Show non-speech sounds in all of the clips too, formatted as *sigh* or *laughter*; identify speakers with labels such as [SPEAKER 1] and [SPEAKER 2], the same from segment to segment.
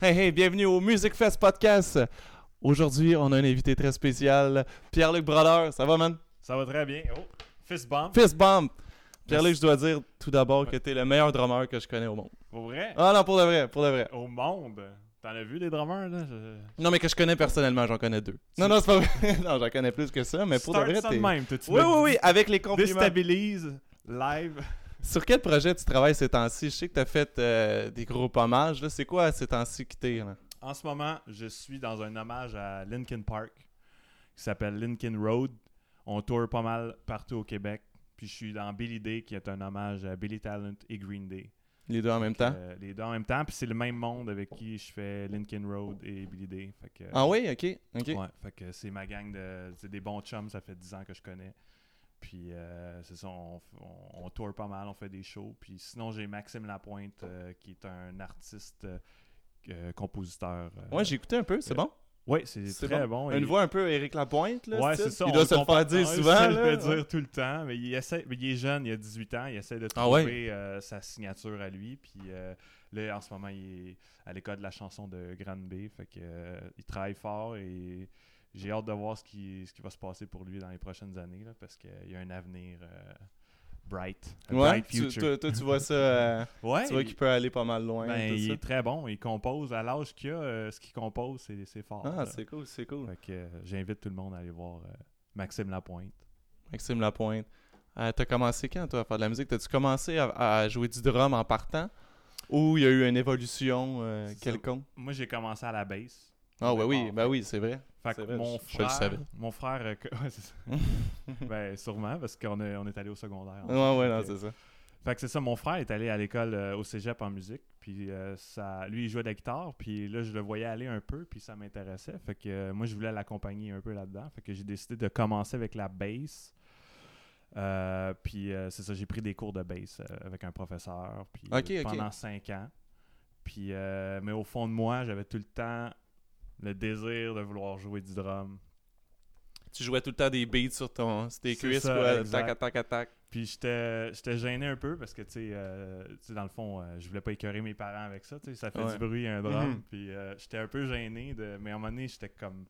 [SPEAKER 1] Hey, hey, bienvenue au Music Fest Podcast. Aujourd'hui, on a un invité très spécial, Pierre-Luc Brodeur. Ça va, man?
[SPEAKER 2] Ça va très bien. Oh, fist bump.
[SPEAKER 1] Fist bump! Pierre-Luc, je dois dire tout d'abord que t'es le meilleur drummer que je connais au monde.
[SPEAKER 2] Pour vrai,
[SPEAKER 1] Ah non, pour de vrai, pour de vrai.
[SPEAKER 2] au monde, t'en as vu des drummers, là? Je-
[SPEAKER 1] Non, mais que je connais personnellement, j'en connais deux. Non, non, c'est pas vrai. *laughs* Non, j'en connais plus que ça, mais pour de
[SPEAKER 2] Start
[SPEAKER 1] vrai,
[SPEAKER 2] ça
[SPEAKER 1] t'es...
[SPEAKER 2] de même, toi, tu
[SPEAKER 1] Oui,
[SPEAKER 2] me
[SPEAKER 1] oui, oui, avec les compliments.
[SPEAKER 2] Déstabilise, live.
[SPEAKER 1] Sur quel projet tu travailles ces temps-ci? Je sais que t'as fait euh, des groupes hommages. là. C'est quoi ces temps-ci qui t'es? là?
[SPEAKER 2] En ce moment, je suis dans un hommage à Linkin Park, qui s'appelle Linkin Road. On tourne pas mal partout au Québec. Puis je suis dans Billy Day, qui est un hommage à Billy Talent et Green Day.
[SPEAKER 1] Les deux en même temps?
[SPEAKER 2] Euh, les deux en même temps, puis c'est le même monde avec qui je fais Linkin Road et Billy Day. Fait que, euh,
[SPEAKER 1] Ah oui, ok, ok.
[SPEAKER 2] Ouais, fait que c'est ma gang de c'est des bons chums, ça fait 10 ans que je connais. Puis euh, c'est ça, on, on, on tourne pas mal, on fait des shows. Puis sinon, j'ai Maxime Lapointe, euh, qui est un artiste euh, euh, compositeur. euh,
[SPEAKER 1] Ouais, j'ai écouté un peu, c'est
[SPEAKER 2] euh,
[SPEAKER 1] bon?
[SPEAKER 2] ouais, c'est
[SPEAKER 1] c'est
[SPEAKER 2] très
[SPEAKER 1] bon.
[SPEAKER 2] bon.
[SPEAKER 1] Une
[SPEAKER 2] Il-
[SPEAKER 1] voix un peu Éric Lapointe, là.
[SPEAKER 2] Ouais,
[SPEAKER 1] style.
[SPEAKER 2] c'est ça.
[SPEAKER 1] Il
[SPEAKER 2] on
[SPEAKER 1] doit
[SPEAKER 2] le
[SPEAKER 1] se le
[SPEAKER 2] compare-
[SPEAKER 1] faire dire
[SPEAKER 2] Ouais,
[SPEAKER 1] souvent.
[SPEAKER 2] Je se le
[SPEAKER 1] là.
[SPEAKER 2] fais dire tout le temps, mais il, essaie, mais il est jeune, il a 18 ans, il essaie de trouver
[SPEAKER 1] Ah ouais?
[SPEAKER 2] euh, sa signature à lui. Puis euh, là, en ce moment, il est à l'école de la chanson de Grande B. Fait que, euh, il travaille fort et j'ai hâte de voir ce qui, ce qui va se passer pour lui dans les prochaines années là, parce qu'il y a un avenir euh, bright. a
[SPEAKER 1] Ouais,
[SPEAKER 2] bright
[SPEAKER 1] tu-
[SPEAKER 2] future.
[SPEAKER 1] toi, toi, tu vois ça. euh,
[SPEAKER 2] ouais,
[SPEAKER 1] tu vois
[SPEAKER 2] il-
[SPEAKER 1] qu'il peut aller pas mal loin.
[SPEAKER 2] ben,
[SPEAKER 1] tout
[SPEAKER 2] il
[SPEAKER 1] ça.
[SPEAKER 2] est très bon, il compose. À l'âge qu'il a, euh, ce qu'il compose, c'est c'est fort.
[SPEAKER 1] Ah,
[SPEAKER 2] là.
[SPEAKER 1] c'est cool, c'est cool.
[SPEAKER 2] Fait que euh, j'invite tout le monde à aller voir euh, Maxime Lapointe.
[SPEAKER 1] Maxime Lapointe. Euh, T'as commencé quand, toi, à faire de la musique T'as-tu commencé à, à jouer du drum en partant Ou il y a eu une évolution euh,
[SPEAKER 2] C'est ça.
[SPEAKER 1] quelconque
[SPEAKER 2] Moi, j'ai commencé à la bass.
[SPEAKER 1] Ah,
[SPEAKER 2] Au
[SPEAKER 1] ouais, oui,
[SPEAKER 2] départ,
[SPEAKER 1] ben oui, c'est vrai.
[SPEAKER 2] Fait
[SPEAKER 1] C'est
[SPEAKER 2] que
[SPEAKER 1] vrai,
[SPEAKER 2] mon,
[SPEAKER 1] je- je le
[SPEAKER 2] frère,
[SPEAKER 1] savais.
[SPEAKER 2] mon frère. euh, *laughs* que- ouais, c'est
[SPEAKER 1] *laughs*
[SPEAKER 2] ça. ben, sûrement, parce qu'on est, on est allé au secondaire.
[SPEAKER 1] Ouais, ouais, non,
[SPEAKER 2] Fait que-
[SPEAKER 1] c'est ça.
[SPEAKER 2] Fait que c'est ça, mon frère est allé à l'école euh, au cégep en musique. Puis euh, ça, lui, il jouait de la guitare. Puis là, je le voyais aller un peu. Puis ça m'intéressait. Fait que euh, moi, je voulais l'accompagner un peu là-dedans. Fait que j'ai décidé de commencer avec la bass. Euh, puis euh, c'est ça, j'ai pris des cours de bass euh, avec un professeur. Puis
[SPEAKER 1] Ok,
[SPEAKER 2] euh,
[SPEAKER 1] ok.
[SPEAKER 2] pendant cinq ans. Puis, euh, mais au fond de moi, j'avais tout le temps le désir de vouloir jouer du drum.
[SPEAKER 1] Tu jouais tout le temps des beats sur, ton, sur tes
[SPEAKER 2] C'est
[SPEAKER 1] cuisses,
[SPEAKER 2] ça,
[SPEAKER 1] quoi.
[SPEAKER 2] exact.
[SPEAKER 1] Tac, tac, tac, tac.
[SPEAKER 2] Puis j'étais j'étais gêné un peu parce que, tu sais, euh, tu sais, dans le fond, euh, je voulais pas écœurer mes parents avec ça. Tu sais, ça fait
[SPEAKER 1] Ouais.
[SPEAKER 2] du bruit, un drum.
[SPEAKER 1] Mhm.
[SPEAKER 2] Puis euh, j'étais un peu gêné. De... Mais à un moment donné, j'étais comme.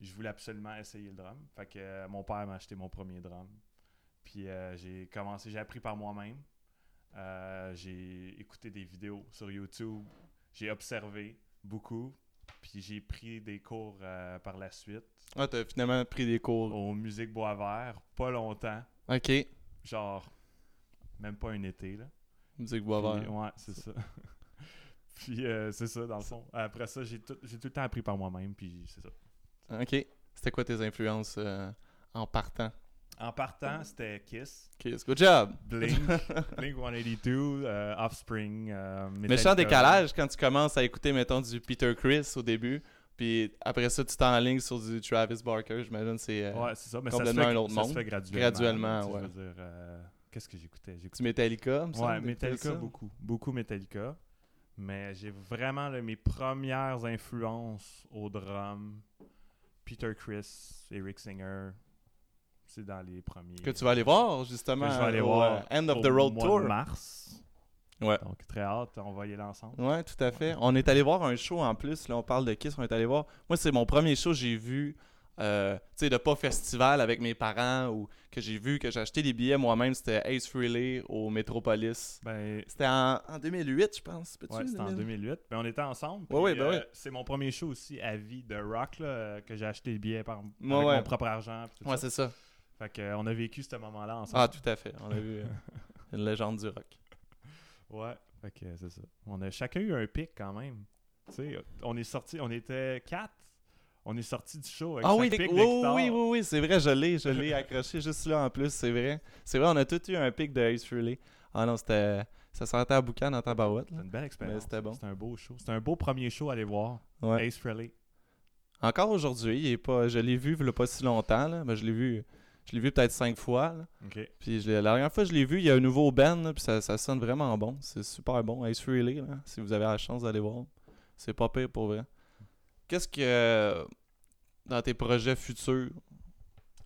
[SPEAKER 2] Je voulais absolument essayer le drum. Fait que euh, mon père m'a acheté mon premier drum. Puis euh, j'ai commencé, j'ai appris par moi-même. Euh, j'ai écouté des vidéos sur YouTube. J'ai observé beaucoup. Puis j'ai pris des cours euh, par la suite
[SPEAKER 1] Ah, t'as finalement pris des cours.
[SPEAKER 2] au Musique Boisvert, pas longtemps
[SPEAKER 1] Ok.
[SPEAKER 2] genre même pas un été là.
[SPEAKER 1] Musique bois
[SPEAKER 2] Puis,
[SPEAKER 1] vert.
[SPEAKER 2] ouais, c'est ça. *laughs* puis euh, c'est ça dans le fond. Après ça, j'ai tout, j'ai tout le temps appris par moi-même puis c'est ça.
[SPEAKER 1] Ok. C'était quoi tes influences euh, en partant
[SPEAKER 2] En partant, c'était Kiss,
[SPEAKER 1] Kiss, good job
[SPEAKER 2] *laughs* Blink, Blink 182, euh, Offspring, euh,
[SPEAKER 1] Méchant
[SPEAKER 2] Metallica.
[SPEAKER 1] décalage quand tu commences à écouter, mettons, du Peter Chris au début, puis après ça, tu t'enlignes sur du Travis Barker, j'imagine, c'est... euh,
[SPEAKER 2] Ouais, c'est ça, mais ça se fait,
[SPEAKER 1] Complètement un autre
[SPEAKER 2] ça se
[SPEAKER 1] monde.
[SPEAKER 2] fait graduellement.
[SPEAKER 1] Graduellement,
[SPEAKER 2] tu sais,
[SPEAKER 1] ouais.
[SPEAKER 2] Je veux dire euh, qu'est-ce que j'écoutais J'écoutais
[SPEAKER 1] Du Metallica, me semble,
[SPEAKER 2] Ouais,
[SPEAKER 1] des-
[SPEAKER 2] Metallica,
[SPEAKER 1] ça.
[SPEAKER 2] beaucoup. Beaucoup Metallica. Mais j'ai vraiment là, mes premières influences au drum. Peter Chris, Eric Singer. C'est dans les premiers.
[SPEAKER 1] Que tu vas aller voir, justement,
[SPEAKER 2] que je vais aller
[SPEAKER 1] au,
[SPEAKER 2] voir.
[SPEAKER 1] euh, End of
[SPEAKER 2] au
[SPEAKER 1] the Road
[SPEAKER 2] mois de
[SPEAKER 1] Tour.
[SPEAKER 2] mars.
[SPEAKER 1] Ouais.
[SPEAKER 2] Donc très hâte, on va y aller ensemble.
[SPEAKER 1] Ouais, tout à fait. On est allé voir un show en plus. Là, on parle de Kiss. On est allé voir. Moi, c'est mon premier show que j'ai vu, euh, tu sais, de pas festival avec mes parents ou que j'ai vu, que j'ai acheté des billets moi-même. C'était Ace Frehley au Metropolis.
[SPEAKER 2] Ben,
[SPEAKER 1] C'était en, en 2008, je pense. Peux-tu,
[SPEAKER 2] ouais, c'était en
[SPEAKER 1] 2000?
[SPEAKER 2] 2008. Ben, on était ensemble.
[SPEAKER 1] Ouais, ouais,
[SPEAKER 2] puis, euh,
[SPEAKER 1] ben ouais.
[SPEAKER 2] C'est mon premier show aussi à vie de rock là, que j'ai acheté le billet par avec
[SPEAKER 1] Ouais, ouais.
[SPEAKER 2] mon propre argent. puis tout
[SPEAKER 1] Ouais,
[SPEAKER 2] ça.
[SPEAKER 1] c'est ça.
[SPEAKER 2] Fait que, euh, on a vécu ce moment-là ensemble.
[SPEAKER 1] Ah, tout à fait. On a *laughs* vu euh, une légende du rock.
[SPEAKER 2] Ouais, fait que euh, c'est ça. On a chacun eu un pic quand même. Tu sais, on est sorti, on était quatre. On est sorti du show avec
[SPEAKER 1] Ah
[SPEAKER 2] chaque
[SPEAKER 1] oui,
[SPEAKER 2] pic
[SPEAKER 1] les-
[SPEAKER 2] de
[SPEAKER 1] oui, oui,
[SPEAKER 2] guitare.
[SPEAKER 1] oui, oui, oui, c'est vrai, je l'ai, je l'ai accroché juste là en plus, c'est vrai. C'est vrai, on a tous eu un pic de Ace Frehley. Ah non, c'était. Ça sentait à boucan en tabarouette.
[SPEAKER 2] C'était une belle
[SPEAKER 1] Mais
[SPEAKER 2] expérience.
[SPEAKER 1] c'était bon.
[SPEAKER 2] C'était un beau show. C'était un beau premier show à aller voir.
[SPEAKER 1] là. Ouais.
[SPEAKER 2] Ace Frehley.
[SPEAKER 1] Encore aujourd'hui, il est pas, je l'ai vu il y a pas si longtemps, là, mais je l'ai vu, je l'ai vu peut-être cinq fois. là.
[SPEAKER 2] OK.
[SPEAKER 1] Puis je l'ai- la dernière fois que je l'ai vu, il y a un nouveau band, là, puis ça, ça sonne vraiment bon. C'est super bon. Ace Frehley, là, si vous avez la chance d'aller voir. C'est pas pire pour vrai. Qu'est-ce que, euh, dans tes projets futurs,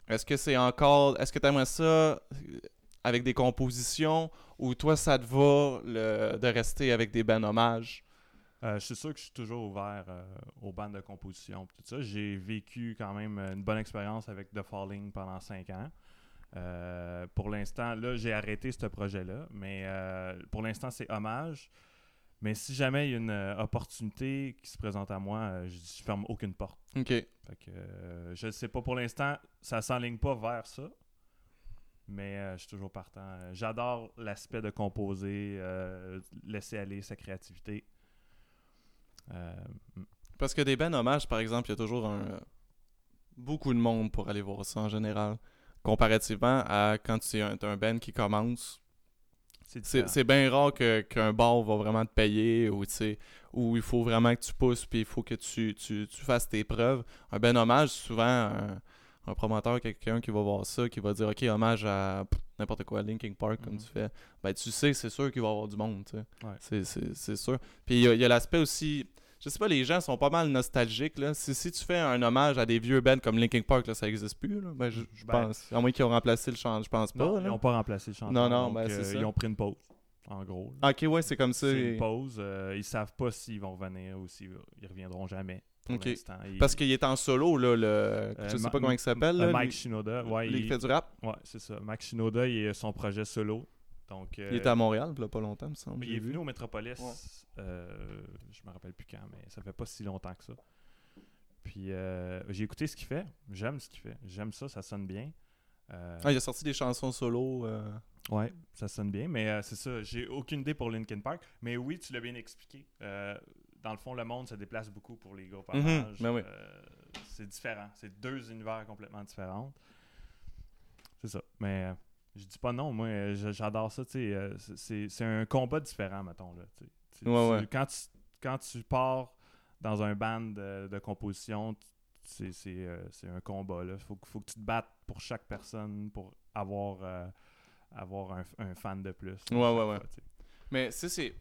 [SPEAKER 1] est-ce que c'est encore, est-ce que tu aimerais ça euh, avec des compositions, ou toi, ça te va le- de rester avec des bands hommages?
[SPEAKER 2] Euh, je suis sûr que je suis toujours ouvert euh, aux bandes de composition. pis Tout ça. J'ai vécu quand même euh, une bonne expérience avec The Falling pendant 5 ans. Euh, pour l'instant, là, j'ai arrêté ce projet-là, mais euh, pour l'instant, c'est hommage. Mais si jamais il y a une euh, opportunité qui se présente à moi, euh, je, je ferme aucune porte.
[SPEAKER 1] Ok.
[SPEAKER 2] Fait que, euh, je ne sais pas, pour l'instant, ça s'enligne pas vers ça. Mais euh, je suis toujours partant. Euh, J'adore l'aspect de composer, euh, laisser aller sa créativité. Euh, mm.
[SPEAKER 1] Parce que des ben hommages, par exemple, il y a toujours un, euh, beaucoup de monde pour aller voir ça en général. Comparativement à quand tu as un band qui commence,
[SPEAKER 2] c'est
[SPEAKER 1] c'est
[SPEAKER 2] différent.
[SPEAKER 1] c'est bien rare que- qu'un bar va vraiment te payer ou tu sais, où il faut vraiment que tu pousses puis il faut que tu, tu, tu fasses tes preuves. Un ben hommage, c'est souvent, un, un promoteur, quelqu'un qui va voir ça, qui va dire Ok, hommage à pff, n'importe quoi, Linkin Park, comme
[SPEAKER 2] Mhm.
[SPEAKER 1] tu fais. Ben, tu sais, c'est sûr qu'il va y avoir du monde, tu sais.
[SPEAKER 2] Ouais.
[SPEAKER 1] C'est- C'est c'est sûr. Puis il y a- il y a, l'aspect aussi. Je sais pas, les gens sont pas mal nostalgiques. Là. Si, si tu fais un hommage à des vieux bands comme Linkin Park, là, ça existe plus. Là. Ben, je, je
[SPEAKER 2] Ben,
[SPEAKER 1] pense. À moins qu'ils ont remplacé le chant, je pense pas.
[SPEAKER 2] Non,
[SPEAKER 1] là.
[SPEAKER 2] ils n'ont pas remplacé le chanteur.
[SPEAKER 1] Non, non,
[SPEAKER 2] donc,
[SPEAKER 1] ben, c'est
[SPEAKER 2] euh,
[SPEAKER 1] ça.
[SPEAKER 2] Ils ont pris une pause, en gros. là.
[SPEAKER 1] Ah, Ok, ouais, c'est comme ça.
[SPEAKER 2] C'est
[SPEAKER 1] Et-
[SPEAKER 2] une pause. euh, ils savent pas s'ils vont revenir ou s'ils ils reviendront jamais. Pour
[SPEAKER 1] Ok.
[SPEAKER 2] l'instant. Ils-
[SPEAKER 1] Parce qu'il est en solo, là, le... je
[SPEAKER 2] Euh,
[SPEAKER 1] sais
[SPEAKER 2] Ma-
[SPEAKER 1] pas comment il s'appelle.
[SPEAKER 2] euh,
[SPEAKER 1] là,
[SPEAKER 2] Mike
[SPEAKER 1] lui-
[SPEAKER 2] Shinoda, ouais,
[SPEAKER 1] lui qui
[SPEAKER 2] il-
[SPEAKER 1] fait du rap.
[SPEAKER 2] ouais, c'est ça. Mike Shinoda, il a son projet solo. Donc, euh,
[SPEAKER 1] Il était à Montréal, il y a pas longtemps, il me semble.
[SPEAKER 2] il
[SPEAKER 1] j'ai
[SPEAKER 2] est
[SPEAKER 1] vu.
[SPEAKER 2] venu au Metropolis.
[SPEAKER 1] Ouais.
[SPEAKER 2] euh, je me rappelle plus quand, mais ça fait pas si longtemps que ça. Puis euh, j'ai écouté ce qu'il fait. J'aime ce qu'il fait. J'aime ça, ça sonne bien. Euh,
[SPEAKER 1] Ah, il a sorti des chansons solo. euh,
[SPEAKER 2] Ouais, ça sonne bien, mais euh, c'est ça. J'ai aucune idée pour Linkin Park. Mais oui, tu l'as bien expliqué. Euh, dans le fond, le monde se déplace beaucoup pour les groupes à
[SPEAKER 1] Mhm,
[SPEAKER 2] hommage.
[SPEAKER 1] ben oui.
[SPEAKER 2] Euh, c'est différent. C'est deux univers complètement différents. C'est ça. Mais euh, je dis pas non. Moi, euh, je- j'adore ça. tu sais, euh, c'est- c'est c'est un combat différent, mettons. Là, tu sais. Tu- tu-
[SPEAKER 1] Ouais, ouais.
[SPEAKER 2] Quand, tu, quand tu pars dans un band de, de composition, tu- c'est c'est, euh, c'est un combat. Il faut, que- faut que tu te battes pour chaque personne pour avoir, euh, avoir un, un fan de plus.
[SPEAKER 1] Ouais,
[SPEAKER 2] à chaque
[SPEAKER 1] ouais,
[SPEAKER 2] fois,
[SPEAKER 1] ouais.
[SPEAKER 2] tu sais.
[SPEAKER 1] Mais ça, c'est.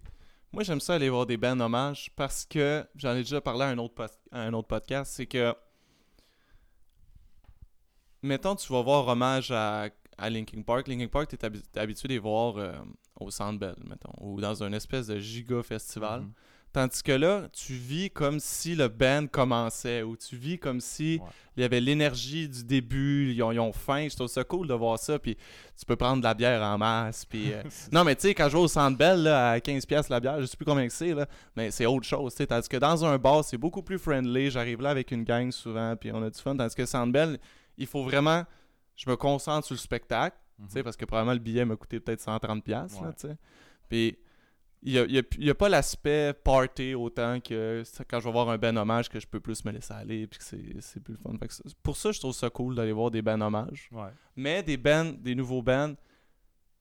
[SPEAKER 1] Moi, j'aime ça aller voir des bands hommages parce que j'en ai déjà parlé à un autre, pos- à un autre podcast. C'est que. Mettons, tu vas voir hommage à, à Linkin Park. Linkin Park, tu es, habitué de les voir euh, au Centre Bell, mettons, ou dans une espèce de giga festival.
[SPEAKER 2] Mhm.
[SPEAKER 1] Tandis que là, tu vis comme si le band commençait, ou tu vis comme si
[SPEAKER 2] Ouais.
[SPEAKER 1] il y avait l'énergie du début, ils ont, ils ont faim. Je trouve ça cool de voir ça, puis tu peux prendre de la bière en masse. Puis, euh, non, mais tu sais, quand je vais au Centre Bell, là, à 15$ la bière, je sais plus combien que c'est, là, mais c'est autre chose. tu sais. Tandis que dans un bar, c'est beaucoup plus friendly. J'arrive là avec une gang souvent, puis on a du fun. Tandis que Centre Bell, il faut vraiment... Je me concentre sur le spectacle,
[SPEAKER 2] Mhm.
[SPEAKER 1] tu sais, parce que probablement le billet m'a coûté peut-être 130$, piastres, là,
[SPEAKER 2] Ouais.
[SPEAKER 1] tu sais. Puis il n'y a, il y a pu- il y a pas l'aspect party autant que ça- quand je vais voir un ben hommage que je peux plus me laisser aller puis que c'est- c'est plus le fun. Fait que ça- pour ça, je trouve ça cool d'aller voir des ben hommages.
[SPEAKER 2] Mhm. Ouais.
[SPEAKER 1] Mais des bands, des nouveaux bands,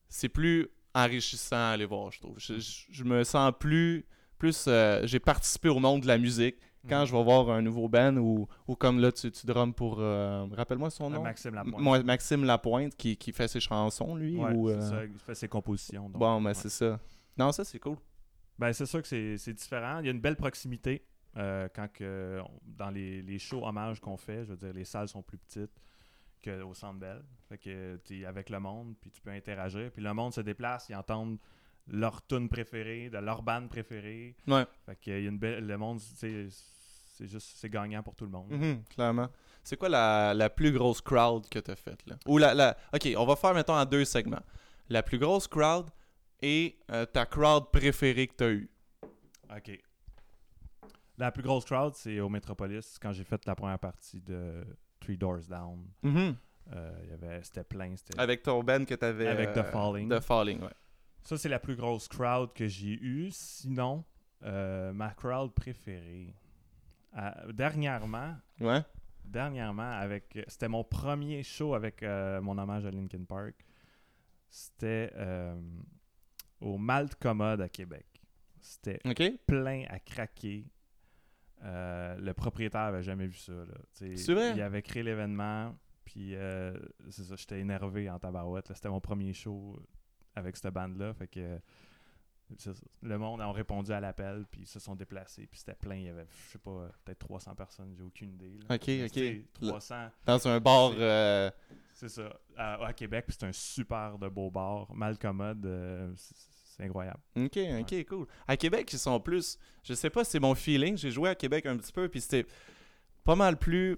[SPEAKER 1] c'est plus enrichissant à aller voir, je trouve. Je, je- je me sens plus... plus euh, J'ai participé au monde de la musique quand
[SPEAKER 2] Mhm.
[SPEAKER 1] je vais voir un nouveau band ou, ou comme là, tu, tu drums pour... euh, Rappelle-moi son
[SPEAKER 2] Euh,
[SPEAKER 1] nom.
[SPEAKER 2] Maxime Lapointe.
[SPEAKER 1] Moi, Maxime Lapointe qui, qui fait ses chansons, lui.
[SPEAKER 2] Ouais,
[SPEAKER 1] ou,
[SPEAKER 2] c'est
[SPEAKER 1] euh,
[SPEAKER 2] ça, il fait ses compositions. donc,
[SPEAKER 1] Bon, mais
[SPEAKER 2] ouais.
[SPEAKER 1] c'est ça. Non, ça, c'est cool.
[SPEAKER 2] Ben, c'est sûr que c'est c'est différent. Il y a une belle proximité euh, quand que, on- dans les, les shows hommages qu'on fait. Je veux dire, les salles sont plus petites qu'au Centre Bell. Fait que tu es avec le monde, puis tu peux interagir. Puis le monde se déplace, ils entendent leur tune préférée, de leur band préférée.
[SPEAKER 1] Ouais.
[SPEAKER 2] Fait que, il y a une belle, le monde, tu sais, c'est juste, c'est gagnant pour tout le monde.
[SPEAKER 1] Mhm, clairement. C'est quoi la, la plus grosse crowd que t'as faite là? Ou la, la. Ok, on va faire mettons en deux segments. La plus grosse crowd et euh, ta crowd préférée que t'as eue.
[SPEAKER 2] OK. La plus grosse crowd, c'est au Metropolis, quand j'ai fait la première partie de Three Doors Down. Euh, il y avait, c'était plein, c'était
[SPEAKER 1] Avec ton band que t'avais.
[SPEAKER 2] Avec
[SPEAKER 1] euh,
[SPEAKER 2] The Falling.
[SPEAKER 1] The Falling, ouais.
[SPEAKER 2] Ça, c'est la plus grosse crowd que j'ai eue. Sinon, euh, ma crowd préférée. à- dernièrement,
[SPEAKER 1] Ouais.
[SPEAKER 2] dernièrement avec c'était mon premier show avec euh, mon hommage à Linkin Park. C'était euh, au Malte Commode à Québec. C'était
[SPEAKER 1] Ok.
[SPEAKER 2] plein à craquer. Euh, le propriétaire avait jamais vu ça. là. Tu sais,
[SPEAKER 1] C'est vrai?
[SPEAKER 2] Il avait créé l'événement, puis euh, c'est ça, j'étais énervé en tabarouette. là. C'était mon premier show avec cette bande-là, fait que c'est ça. le monde a répondu à l'appel, puis ils se sont déplacés, puis c'était plein. Il y avait, je sais pas, peut-être 300 personnes, j'ai aucune idée. là.
[SPEAKER 1] Ok,
[SPEAKER 2] Mais
[SPEAKER 1] ok.
[SPEAKER 2] tu sais, 300,
[SPEAKER 1] Dans un bar.
[SPEAKER 2] C'est-
[SPEAKER 1] euh,
[SPEAKER 2] c'est ça, à, à Québec, puis c'est un super de beau bar, mal commode. euh, c'est- c'est incroyable.
[SPEAKER 1] Ok, ok, cool. À Québec, ils sont plus. Je sais pas si c'est mon feeling. J'ai joué à Québec un petit peu, puis c'était pas mal plus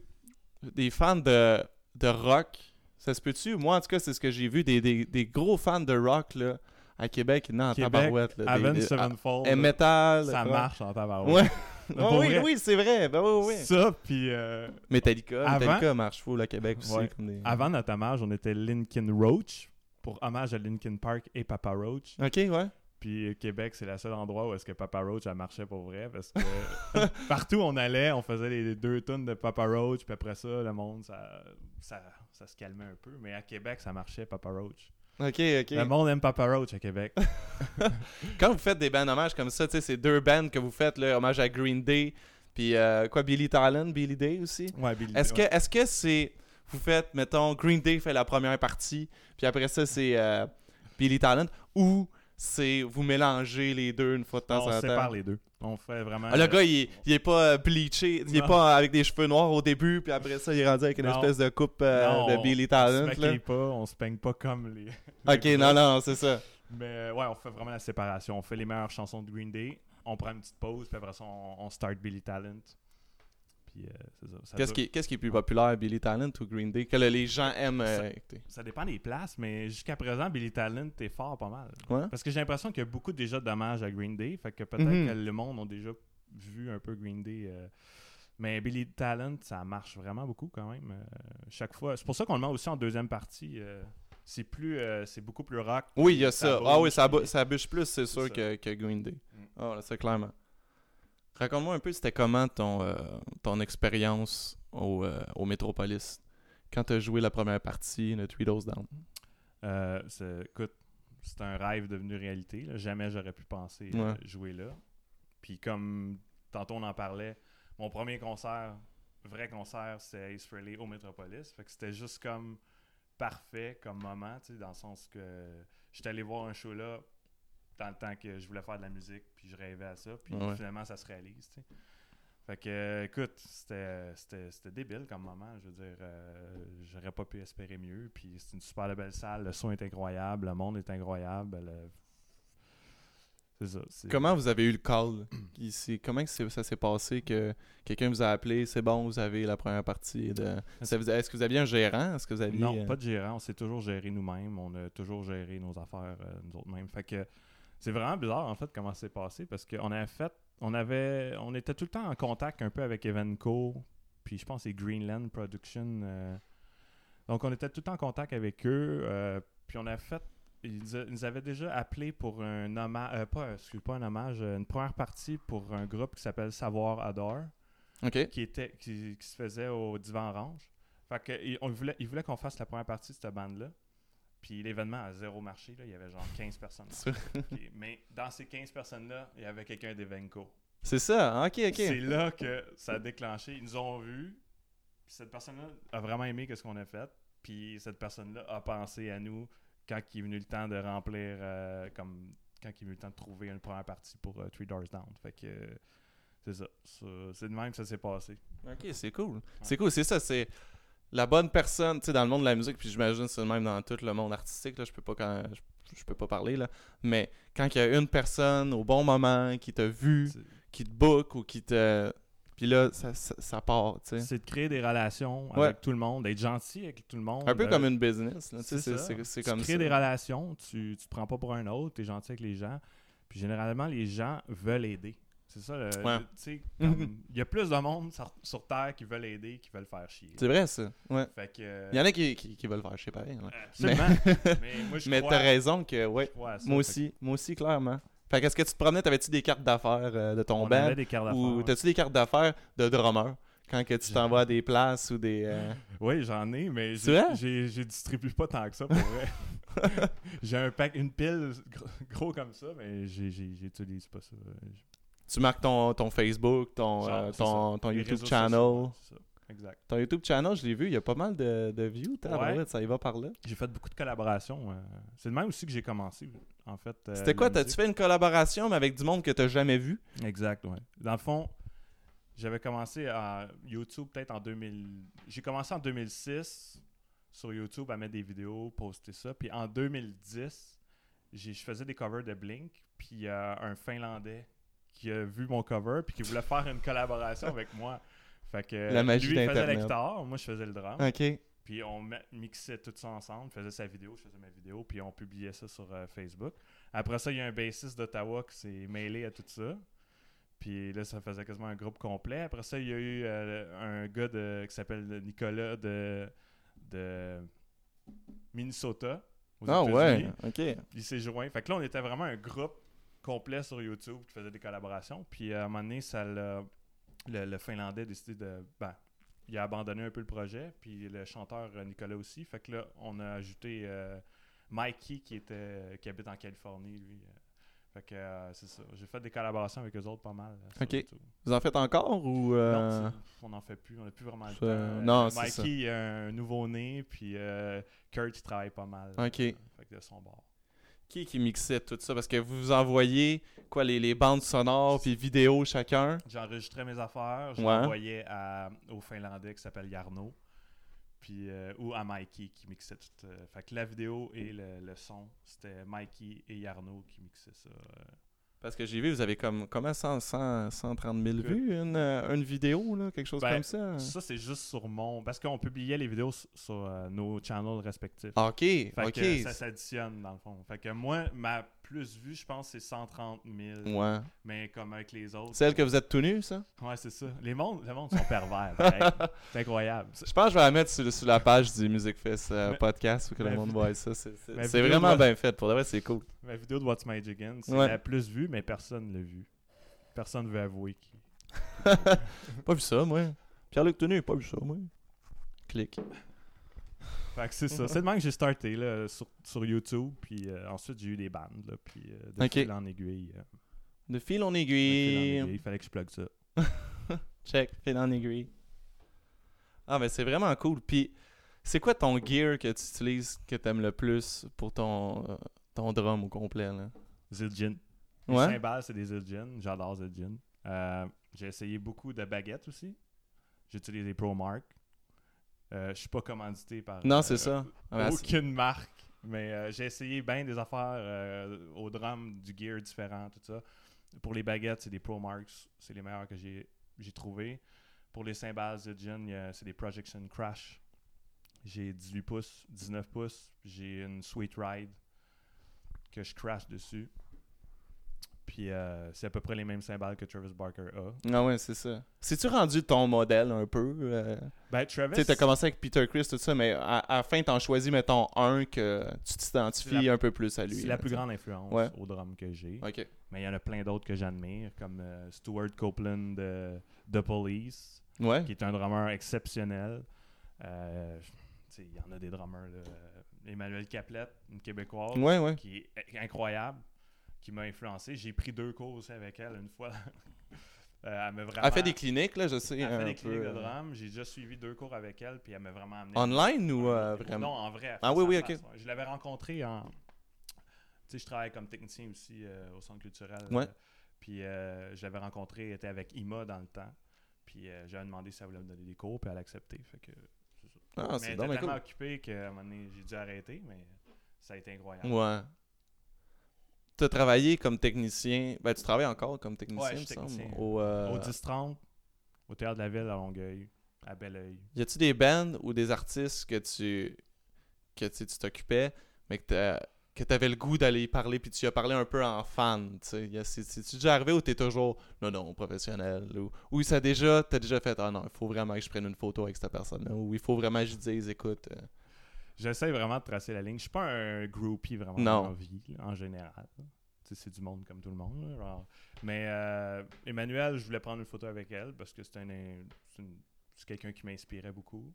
[SPEAKER 1] des fans de, de rock. Ça se peut-tu? Moi, en tout cas, c'est ce que j'ai vu. Des, des, des gros fans de rock là, à Québec, non, en
[SPEAKER 2] Québec,
[SPEAKER 1] tabarouette. Là, des-
[SPEAKER 2] Avenged
[SPEAKER 1] des- ah,
[SPEAKER 2] Sevenfold,
[SPEAKER 1] et
[SPEAKER 2] là,
[SPEAKER 1] metal.
[SPEAKER 2] ça
[SPEAKER 1] rock.
[SPEAKER 2] marche en tabarouette.
[SPEAKER 1] Ouais.
[SPEAKER 2] Pour
[SPEAKER 1] Ouais, oui,
[SPEAKER 2] vrai.
[SPEAKER 1] oui, c'est vrai. Ben oui, oui.
[SPEAKER 2] Ça, puis euh,
[SPEAKER 1] Metallica,
[SPEAKER 2] Avant-
[SPEAKER 1] Metallica marche full à Québec aussi.
[SPEAKER 2] Ouais.
[SPEAKER 1] Comme des...
[SPEAKER 2] avant notre hommage, on était Linkin Roach, pour hommage à Linkin Park et Papa Roach.
[SPEAKER 1] Ok, ouais.
[SPEAKER 2] Puis euh, Québec, c'est le seul endroit où est-ce que Papa Roach, elle marchait pour vrai,
[SPEAKER 1] *laughs*
[SPEAKER 2] parce que partout où on allait, on faisait les deux tonnes de Papa Roach, puis après ça, le monde, ça, ça, ça se calmait un peu. Mais à Québec, ça marchait, Papa Roach.
[SPEAKER 1] Ok,
[SPEAKER 2] Le
[SPEAKER 1] ok.
[SPEAKER 2] monde aime Papa Roach
[SPEAKER 1] *laughs*
[SPEAKER 2] à Québec.
[SPEAKER 1] Quand vous faites des bands hommages comme ça, tu sais, c'est deux bands que vous faites, là, hommage à Green Day, puis euh, quoi, Billy Talent, Billy Day aussi.
[SPEAKER 2] Ouais, Billy,
[SPEAKER 1] Est-ce que
[SPEAKER 2] ouais.
[SPEAKER 1] est-ce que c'est vous faites mettons Green Day fait la première partie puis après ça c'est euh, Billy Talent ou c'est vous mélangez les deux une fois de temps
[SPEAKER 2] on
[SPEAKER 1] en
[SPEAKER 2] sépare
[SPEAKER 1] temps.
[SPEAKER 2] les deux. On fait vraiment...
[SPEAKER 1] Ah, le gars il est, il est pas euh, bleaché, il est
[SPEAKER 2] Non.
[SPEAKER 1] pas euh, avec des cheveux noirs au début puis après ça il est rendu avec une
[SPEAKER 2] Non.
[SPEAKER 1] espèce de coupe euh,
[SPEAKER 2] Non,
[SPEAKER 1] de
[SPEAKER 2] on-
[SPEAKER 1] Billy
[SPEAKER 2] on
[SPEAKER 1] Talent
[SPEAKER 2] se
[SPEAKER 1] là.
[SPEAKER 2] maquille pas, on se peigne pas comme les...
[SPEAKER 1] OK, non non, c'est ça.
[SPEAKER 2] Mais euh, ouais, on fait vraiment la séparation. On fait les meilleures chansons de Green Day, on prend une petite pause, puis après ça, on, on start Billy Talent. Puis euh, c'est ça. ça
[SPEAKER 1] Qu'est-ce
[SPEAKER 2] dure-
[SPEAKER 1] qui qu'est-ce qui est plus populaire Billy Talent ou Green Day que là, les gens aiment euh,
[SPEAKER 2] Ça-
[SPEAKER 1] écouter?
[SPEAKER 2] Ça dépend des places, mais jusqu'à présent, Billy Talent est fort pas mal.
[SPEAKER 1] Ouais.
[SPEAKER 2] Parce que j'ai l'impression qu'il y a beaucoup déjà d'hommages à Green Day, fait que peut-être
[SPEAKER 1] Mhm.
[SPEAKER 2] que le monde a déjà vu un peu Green Day. euh, mais Billy Talent, ça marche vraiment beaucoup quand même. euh, chaque fois. C'est pour ça qu'on le met aussi en deuxième partie. euh, c'est plus, euh, c'est beaucoup plus rock.
[SPEAKER 1] Oui, il y a
[SPEAKER 2] Ça
[SPEAKER 1] ça. Ah oui,
[SPEAKER 2] bouge,
[SPEAKER 1] ça, bou-
[SPEAKER 2] puis-
[SPEAKER 1] ça bûche plus, c'est
[SPEAKER 2] C'est
[SPEAKER 1] sûr,
[SPEAKER 2] ça.
[SPEAKER 1] que, que Green Day.
[SPEAKER 2] Mm.
[SPEAKER 1] Ah, là, ça, clairement. Raconte-moi un peu, c'était comment ton, euh, ton expérience au, euh, au Metropolis quand tu as joué la première partie, le Three Doors Down.
[SPEAKER 2] Euh, c'est- écoute, c'est un rêve devenu réalité. là. Jamais j'aurais pu penser euh,
[SPEAKER 1] Ouais.
[SPEAKER 2] jouer là. Puis comme tantôt on en parlait, mon premier concert, vrai concert, c'était Ace Frehley au Metropolis. Fait que c'était juste comme parfait comme moment, tu sais, dans le sens que j'étais allé voir un show là dans le temps que je voulais faire de la musique, puis je rêvais à ça, puis
[SPEAKER 1] Ouais.
[SPEAKER 2] finalement ça se réalise, tu sais. Fait que, euh, écoute, c'était- c'était c'était débile comme moment. Je veux dire, euh, j'aurais pas pu espérer mieux. Puis c'est une super belle salle, le son est incroyable, le monde est incroyable. le- C'est ça. c'est-
[SPEAKER 1] Comment vous avez eu le call ici? Comment que c'est- ça s'est passé que quelqu'un vous a appelé, c'est bon, vous avez la première partie de... Ça vous- Est-ce que vous aviez un gérant? Est-ce que vous aviez...
[SPEAKER 2] Non,
[SPEAKER 1] euh,
[SPEAKER 2] pas de gérant. On s'est toujours géré nous-mêmes. On a toujours géré nos affaires euh, nous autres mêmes. Fait que c'est vraiment bizarre en fait comment c'est passé parce qu'on avait fait, on avait, on était tout le temps en contact un peu avec Evenco, puis je pense que c'est Greenland Production. euh. donc on était tout le temps en contact avec eux. euh, puis on a fait, ils, nous a- ils nous avaient déjà appelé pour un hommage, euh, pas, excuse, pas un hommage, euh, une première partie pour un groupe qui s'appelle Savoir Adore
[SPEAKER 1] OK.
[SPEAKER 2] qui était qui, qui se faisait au divan orange. Fait que il- on voulait, il voulait qu'on fasse la première partie de cette bande là. Puis l'événement a zéro marché là, il y avait genre 15 personnes.
[SPEAKER 1] *laughs*
[SPEAKER 2] Puis- mais dans ces 15 personnes là, il y avait quelqu'un d'Evenco.
[SPEAKER 1] C'est ça, OK, OK.
[SPEAKER 2] C'est là que ça a déclenché, ils nous ont vus. Puis cette personne là a vraiment aimé ce qu'on a fait. Puis cette personne là a pensé à nous quand il est venu le temps de remplir euh, comme quand il est venu le temps de trouver une première partie pour euh, Three Doors Down. Fait que euh, c'est ça, Ça- c'est de même que ça s'est passé.
[SPEAKER 1] Ok, c'est cool. C'est cool, c'est ça, c'est la bonne personne, tu sais, dans le monde de la musique, puis j'imagine que c'est le même dans tout le monde artistique, là, je peux pas quand- je, je peux pas parler, là, mais quand il y a une personne au bon moment qui t'a vu,
[SPEAKER 2] C'est-
[SPEAKER 1] qui te book ou qui te... Puis là, ça, ça, ça part, tu sais.
[SPEAKER 2] C'est de créer des relations
[SPEAKER 1] Ouais.
[SPEAKER 2] avec tout le monde, d'être gentil avec tout le monde.
[SPEAKER 1] Un peu
[SPEAKER 2] euh,
[SPEAKER 1] comme une business, là, tu sais, c'est-
[SPEAKER 2] c'est ça.
[SPEAKER 1] c'est c'est
[SPEAKER 2] Tu
[SPEAKER 1] comme
[SPEAKER 2] crées
[SPEAKER 1] ça.
[SPEAKER 2] des relations, tu, tu te prends pas pour un autre, tu es gentil avec les gens. Puis généralement, les gens veulent aider. C'est ça, le-
[SPEAKER 1] Ouais.
[SPEAKER 2] le- tu sais,
[SPEAKER 1] Mhm. *laughs*
[SPEAKER 2] comme- il y a plus de monde sur, sur Terre qui veulent aider, qui veulent faire chier.
[SPEAKER 1] C'est vrai, ça. Ouais.
[SPEAKER 2] Fait que,
[SPEAKER 1] Il y en a qui, qui, qui veulent faire, je sais pas.
[SPEAKER 2] absolument.
[SPEAKER 1] *laughs*
[SPEAKER 2] mais moi, je
[SPEAKER 1] Mais
[SPEAKER 2] crois-
[SPEAKER 1] t'as raison que, ouais,
[SPEAKER 2] je crois à ça.
[SPEAKER 1] moi
[SPEAKER 2] Fait
[SPEAKER 1] aussi, moi aussi, clairement. Fait qu'est-ce que tu te promenais, t'avais-tu des cartes d'affaires euh, de ton
[SPEAKER 2] qu'on avait
[SPEAKER 1] band?
[SPEAKER 2] des cartes d'affaires,
[SPEAKER 1] Ou
[SPEAKER 2] ouais.
[SPEAKER 1] t'as-tu des cartes d'affaires de drummer quand que tu t'en vas à des places ou des. euh,
[SPEAKER 2] Oui, j'en ai, mais
[SPEAKER 1] C'est
[SPEAKER 2] j'ai-
[SPEAKER 1] vrai?
[SPEAKER 2] j'ai j'ai distribué pas tant que ça pour
[SPEAKER 1] *laughs*
[SPEAKER 2] vrai. *laughs* j'ai un pack, une pile gros, gros comme ça, mais j'ai- j'ai- j'utilise pas ça. euh,
[SPEAKER 1] Tu marques ton, ton Facebook, ton,
[SPEAKER 2] Genre,
[SPEAKER 1] euh,
[SPEAKER 2] c'est
[SPEAKER 1] ton,
[SPEAKER 2] ça.
[SPEAKER 1] ton
[SPEAKER 2] Les
[SPEAKER 1] YouTube
[SPEAKER 2] réseaux
[SPEAKER 1] channel.
[SPEAKER 2] sociaux, ouais, c'est ça. Exact.
[SPEAKER 1] Ton YouTube channel, je l'ai vu, il y a pas mal de, de views. tabarouette,
[SPEAKER 2] Ouais. Euh,
[SPEAKER 1] Ça y va par là.
[SPEAKER 2] J'ai fait beaucoup de collaborations. euh, C'est le même aussi que j'ai commencé, en fait. euh,
[SPEAKER 1] C'était quoi
[SPEAKER 2] la
[SPEAKER 1] T'as-tu fait une collaboration, mais avec du monde que t'as jamais vu
[SPEAKER 2] musique. Exact, ouais. Dans le fond, j'avais commencé à YouTube peut-être en 2000... J'ai commencé en 2006 sur YouTube à mettre des vidéos, poster ça. Puis en 2010, j'ai- je faisais des covers de Blink, puis il y a un Finlandais qui a vu mon cover, puis qui voulait faire une collaboration avec moi. Fait que
[SPEAKER 1] La magie
[SPEAKER 2] lui, il faisait la
[SPEAKER 1] d'Internet.
[SPEAKER 2] guitare, moi je faisais le drum.
[SPEAKER 1] Ok.
[SPEAKER 2] Puis on ma- mixait tout ça ensemble, faisait sa vidéo, je faisais ma vidéo, puis on publiait ça sur euh, Facebook. Après ça, il y a un bassiste d'Ottawa qui s'est mêlé à tout ça. Puis là, ça faisait quasiment un groupe complet. Après ça, il y a eu euh, un gars de- qui s'appelle Nicolas de, de Minnesota. aux
[SPEAKER 1] Ah ouais,
[SPEAKER 2] États-Unis.
[SPEAKER 1] ok.
[SPEAKER 2] Il s'est joint. Fait que là, on était vraiment un groupe complet sur YouTube qui faisait des collaborations. Puis à un moment donné, ça l'a- le, le Finlandais a décidé de. Ben, il a abandonné un peu le projet. Puis le chanteur euh, Nicolas aussi. Fait que là, on a ajouté euh, Mikey qui, était, qui habite en Californie, lui. Fait que euh, c'est ça. J'ai fait des collaborations avec eux autres pas mal. euh, sur
[SPEAKER 1] Ok.
[SPEAKER 2] YouTube.
[SPEAKER 1] Vous en faites encore ou.
[SPEAKER 2] Non,
[SPEAKER 1] euh,
[SPEAKER 2] c'est- on n'en fait plus, on n'a plus vraiment le
[SPEAKER 1] Ça-
[SPEAKER 2] temps. Euh,
[SPEAKER 1] non, c'est ça.
[SPEAKER 2] Mikey il a un nouveau-né, puis euh, Kurt il travaille pas mal.
[SPEAKER 1] Ok.
[SPEAKER 2] euh, fait que de son bord.
[SPEAKER 1] Qui qui mixait tout ça Parce que vous vous envoyez quoi, les, les bandes sonores puis vidéos chacun.
[SPEAKER 2] J'enregistrais mes affaires, je
[SPEAKER 1] Ouais.
[SPEAKER 2] l'envoyais à- au Finlandais qui s'appelle Yarno, puis, euh, ou à Mikey qui mixait tout. euh, fait que la vidéo et le, le son, c'était Mikey et Yarno qui mixaient ça. euh.
[SPEAKER 1] Parce que j'ai vu, vous avez comme comment 100, 100, 130 000
[SPEAKER 2] Que-
[SPEAKER 1] vues une, euh, une vidéo, là, quelque chose
[SPEAKER 2] Ben,
[SPEAKER 1] comme ça.
[SPEAKER 2] Ça, c'est juste sur mon. Parce qu'on publiait les vidéos sur, sur, euh, nos channels respectifs.
[SPEAKER 1] Ok,
[SPEAKER 2] Fait
[SPEAKER 1] ok.
[SPEAKER 2] que ça s'additionne dans le fond. Fait que moi, ma plus vue, je pense, c'est 130 000.
[SPEAKER 1] Ouais.
[SPEAKER 2] Mais comme avec les autres.
[SPEAKER 1] Celle que vous êtes tout nu, ça
[SPEAKER 2] Ouais, c'est ça. Les mondes, le monde sont pervers. pareil.
[SPEAKER 1] *laughs*
[SPEAKER 2] c'est incroyable.
[SPEAKER 1] Je pense que je vais la mettre sur, sur la page du Music Fest euh,
[SPEAKER 2] Mais-
[SPEAKER 1] podcast pour que le
[SPEAKER 2] mais-
[SPEAKER 1] monde voit ça. C'est- C'est
[SPEAKER 2] mais
[SPEAKER 1] c'est
[SPEAKER 2] vidéo
[SPEAKER 1] vraiment
[SPEAKER 2] doit-
[SPEAKER 1] bien fait. Pour de vrai, c'est
[SPEAKER 2] *laughs*
[SPEAKER 1] cool.
[SPEAKER 2] Ma vidéo de What's My Jiggin, c'est
[SPEAKER 1] Ouais.
[SPEAKER 2] la plus vue, mais personne l'a vue. Personne veut avouer. qui-
[SPEAKER 1] Pas vu ça, moi. Pierre-Luc Tenu, pas vu ça, moi. Clic.
[SPEAKER 2] Fait que
[SPEAKER 1] *laughs*
[SPEAKER 2] c'est ça. C'est le moment que j'ai starté là, sur, sur YouTube, puis euh, ensuite j'ai eu des bandes, là, puis euh, de
[SPEAKER 1] Ok.
[SPEAKER 2] fil en aiguille. euh,
[SPEAKER 1] De fil en
[SPEAKER 2] de
[SPEAKER 1] aiguille.
[SPEAKER 2] fil en aiguille. Il fallait que je plug ça.
[SPEAKER 1] Check, fil en aiguille. Ah, mais c'est vraiment cool. Puis, c'est quoi ton gear que tu utilises que t'aimes le plus pour ton, euh, ton drum au complet, là?
[SPEAKER 2] Zildjian. Les
[SPEAKER 1] Ouais?
[SPEAKER 2] cymbales, c'est des Zildjian. J'adore Zildjian. Euh, j'ai essayé beaucoup de baguettes aussi. J'utilise des ProMark. Euh, je suis pas commandité par
[SPEAKER 1] Non,
[SPEAKER 2] euh,
[SPEAKER 1] c'est ça. Ah, ben, c'est-
[SPEAKER 2] aucune marque. Mais euh, j'ai essayé bien des affaires euh, au drum, du gear différent, tout ça. Pour les baguettes, c'est des Pro Marks, c'est les meilleurs que j'ai j'ai trouvé. Pour les cymbales Zildjian, il y a- c'est des Projection Crash. J'ai 18 pouces, 19 pouces, j'ai une Sweet Ride que je crash dessus. Puis euh, c'est à peu près les mêmes cymbales que Travis Barker a.
[SPEAKER 1] Ah ouais, c'est ça. C'est-tu rendu ton modèle un peu? euh,
[SPEAKER 2] Ben,
[SPEAKER 1] Tu
[SPEAKER 2] Travis,
[SPEAKER 1] sais, t'as commencé avec Peter Chris, tout ça, mais à, à la fin, t'en choisis, mettons, un que tu
[SPEAKER 2] C'est
[SPEAKER 1] t'identifies
[SPEAKER 2] la-
[SPEAKER 1] un peu plus à lui.
[SPEAKER 2] c'est
[SPEAKER 1] là,
[SPEAKER 2] la plus
[SPEAKER 1] tu sais.
[SPEAKER 2] grande influence
[SPEAKER 1] Ouais.
[SPEAKER 2] au drum que j'ai.
[SPEAKER 1] OK.
[SPEAKER 2] Mais il y en a plein d'autres que j'admire, comme euh, Stuart Copeland de The Police,
[SPEAKER 1] Ouais.
[SPEAKER 2] qui est un drummer exceptionnel. Euh, tu sais, il y en a des drummers. là. Euh, Emmanuel Caplette, une Québécoise,
[SPEAKER 1] Ouais, ouais.
[SPEAKER 2] qui est i- incroyable, qui m'a influencé. J'ai pris deux cours aussi avec elle une fois. *laughs* Euh, elle m'a vraiment.
[SPEAKER 1] Elle fait des cliniques, là, je sais.
[SPEAKER 2] elle fait
[SPEAKER 1] un
[SPEAKER 2] des cliniques
[SPEAKER 1] peu,
[SPEAKER 2] de
[SPEAKER 1] euh,
[SPEAKER 2] drum. J'ai déjà suivi deux cours avec elle, puis elle m'a vraiment amené.
[SPEAKER 1] Online ou euh,
[SPEAKER 2] Ouais, Non,
[SPEAKER 1] vraiment?
[SPEAKER 2] en vrai. elle
[SPEAKER 1] Ah
[SPEAKER 2] fait
[SPEAKER 1] oui,
[SPEAKER 2] ça
[SPEAKER 1] oui,
[SPEAKER 2] en
[SPEAKER 1] ok.
[SPEAKER 2] place, ouais. Je l'avais rencontré en. Tu sais, je travaille comme technicien aussi euh, au centre culturel.
[SPEAKER 1] Ouais.
[SPEAKER 2] euh, puis euh, je l'avais rencontré, elle était avec Ima dans le temps. Puis euh, j'avais demandé si elle voulait me donner des cours, puis elle a accepté. Fait que...
[SPEAKER 1] Ah,
[SPEAKER 2] mais
[SPEAKER 1] c'est
[SPEAKER 2] elle était
[SPEAKER 1] dommage.
[SPEAKER 2] tellement occupée qu'à un moment donné, j'ai dû arrêter, mais ça a été incroyable.
[SPEAKER 1] Ouais. Tu as travaillé comme technicien. Ben, tu travailles encore comme
[SPEAKER 2] Ouais,
[SPEAKER 1] technicien,
[SPEAKER 2] je
[SPEAKER 1] il me
[SPEAKER 2] suis
[SPEAKER 1] semble.
[SPEAKER 2] technicien.
[SPEAKER 1] Au, euh,
[SPEAKER 2] Au 10-30, au Théâtre de la Ville à Longueuil, à Belleuil.
[SPEAKER 1] Y a-tu des bands ou des artistes que tu que tu sais, tu t'occupais, mais que t'a- que t'avais le goût d'aller y parler, puis tu y as parlé un peu en fan, tu sais. Y a- c'est- C'est-tu déjà arrivé ou t'es toujours, non, non, professionnel, ou, ou ça déjà, t'as déjà fait, ah non, il faut vraiment que je prenne une photo avec cette personne-là, ou il faut vraiment que je dise, écoute, euh,
[SPEAKER 2] J'essaie vraiment de tracer la ligne. Je suis pas un groupie vraiment
[SPEAKER 1] Non.
[SPEAKER 2] en vie, là, en général. Tu sais, C'est du monde comme tout le monde. là, genre. Mais euh, Emmanuel, je voulais prendre une photo avec elle parce que c'est un, c'est une- c'est quelqu'un qui m'inspirait beaucoup.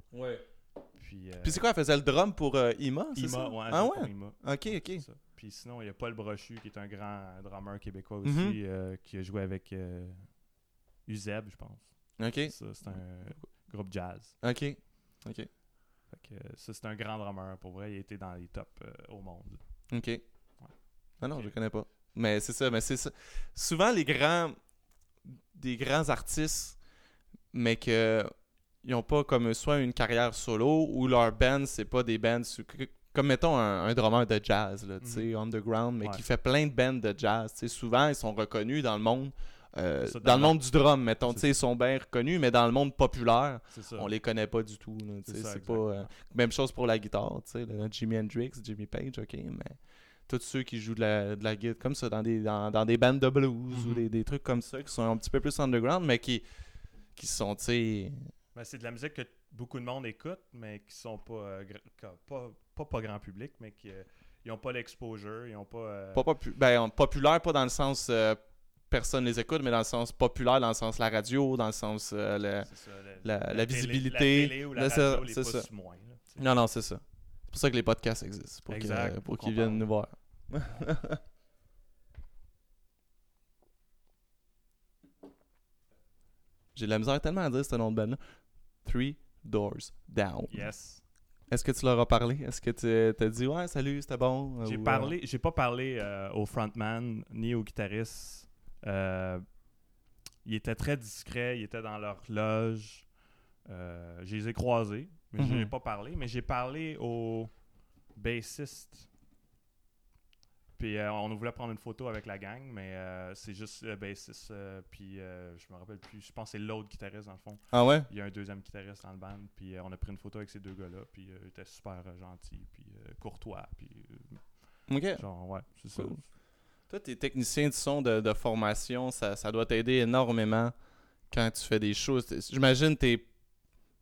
[SPEAKER 2] Puis, euh,
[SPEAKER 1] Puis c'est quoi, elle faisait le drum pour euh, Ima, c'est
[SPEAKER 2] Ima,
[SPEAKER 1] ça?
[SPEAKER 2] ouais,
[SPEAKER 1] ah
[SPEAKER 2] c'est
[SPEAKER 1] ouais?
[SPEAKER 2] pour Ima.
[SPEAKER 1] Ok,
[SPEAKER 2] Ouais,
[SPEAKER 1] ok.
[SPEAKER 2] c'est ça. Puis sinon, il y a Paul Brochu qui est un grand drummer québécois aussi
[SPEAKER 1] Mhm.
[SPEAKER 2] euh, qui a joué avec euh, Uzeb, je pense.
[SPEAKER 1] Ok,
[SPEAKER 2] Ça, c'est un groupe jazz.
[SPEAKER 1] ok, ok,
[SPEAKER 2] Fait que, euh, ça, c'est un grand drummer pour vrai. Il a été dans les tops euh, au monde.
[SPEAKER 1] ok. Ah non,
[SPEAKER 2] Ok.
[SPEAKER 1] je connais pas. Mais c'est ça, mais c'est ça. Souvent les grands des grands artistes mais que ils ont pas comme soit une carrière solo ou leur band c'est pas des bands sous- Comme mettons un, un drummer de jazz, là, tu sais,
[SPEAKER 2] Mhm.
[SPEAKER 1] underground, mais
[SPEAKER 2] Ouais.
[SPEAKER 1] qui fait plein de bands de jazz. tu sais, souvent, ils sont reconnus dans le monde. euh,
[SPEAKER 2] C'est ça,
[SPEAKER 1] dans, le
[SPEAKER 2] dans
[SPEAKER 1] monde du drum, mettons,
[SPEAKER 2] C'est
[SPEAKER 1] tu sais, ils sont bien reconnus, mais dans le monde populaire,
[SPEAKER 2] C'est ça.
[SPEAKER 1] on les connaît pas du tout. là, tu sais,
[SPEAKER 2] ça,
[SPEAKER 1] c'est pas,
[SPEAKER 2] exactement.
[SPEAKER 1] euh, même chose pour la guitare, tu sais, le- Jimi Hendrix, Jimmy Page, ok, mais tous ceux qui jouent de la, de la guitare comme ça, dans des, dans, dans des bandes de blues ou
[SPEAKER 2] Mhm.
[SPEAKER 1] des, des trucs comme ça, qui sont un petit peu plus underground, mais qui, qui sont, tu sais,
[SPEAKER 2] Ben, c'est de la musique que beaucoup de monde écoute, mais qui sont pas, euh, gra- ca- pas, pas, pas grand public, mais qui euh, ils ont pas l'exposure, ils ont pas. euh,
[SPEAKER 1] pas popu- ben, populaires, pas dans le sens euh, personne les écoute, mais dans le sens populaire, dans le sens la radio, dans le sens euh, le-
[SPEAKER 2] c'est ça,
[SPEAKER 1] la- la
[SPEAKER 2] télé-
[SPEAKER 1] visibilité,
[SPEAKER 2] La télé ou la
[SPEAKER 1] là,
[SPEAKER 2] radio,
[SPEAKER 1] ça-
[SPEAKER 2] les
[SPEAKER 1] c'est
[SPEAKER 2] pousse
[SPEAKER 1] ça.
[SPEAKER 2] moins. là, tu sais.
[SPEAKER 1] Non, non, c'est ça. C'est pour ça que les podcasts existent, pour qu'ils
[SPEAKER 2] Exact,
[SPEAKER 1] pour
[SPEAKER 2] pour
[SPEAKER 1] qu'ils
[SPEAKER 2] qu'on
[SPEAKER 1] viennent
[SPEAKER 2] parle.
[SPEAKER 1] nous voir. *laughs* J'ai de la misère tellement à dire ce nom de band-là. Three Doors Down.
[SPEAKER 2] Yes.
[SPEAKER 1] Est-ce que tu leur as parlé? Est-ce que tu t'as dit « Ouais, salut, c'était bon? »
[SPEAKER 2] J'ai
[SPEAKER 1] ou, euh,
[SPEAKER 2] parlé, j'ai pas parlé euh, au frontman ni au guitariste. Euh, ils étaient très discrets, ils étaient dans leur loge. Euh, je les ai croisés, mais je
[SPEAKER 1] Mhm.
[SPEAKER 2] n'ai pas parlé. Mais j'ai parlé au bassiste. Puis euh, on voulait prendre une photo avec la gang, mais euh, c'est juste le bassiste. euh, puis euh, je me rappelle plus, je pense que c'est l'autre guitariste dans le fond.
[SPEAKER 1] Ah ouais?
[SPEAKER 2] Il y a un deuxième guitariste dans le band, puis euh, on a pris une photo avec ces deux gars-là, puis euh, ils étaient super euh, gentils, puis euh, courtois, puis euh,
[SPEAKER 1] OK. *laughs*
[SPEAKER 2] Genre, ouais, c'est ça.
[SPEAKER 1] Cool. Toi, t'es technicien du son de, de formation, ça, ça doit t'aider énormément quand tu fais des choses. T'es- J'imagine t'es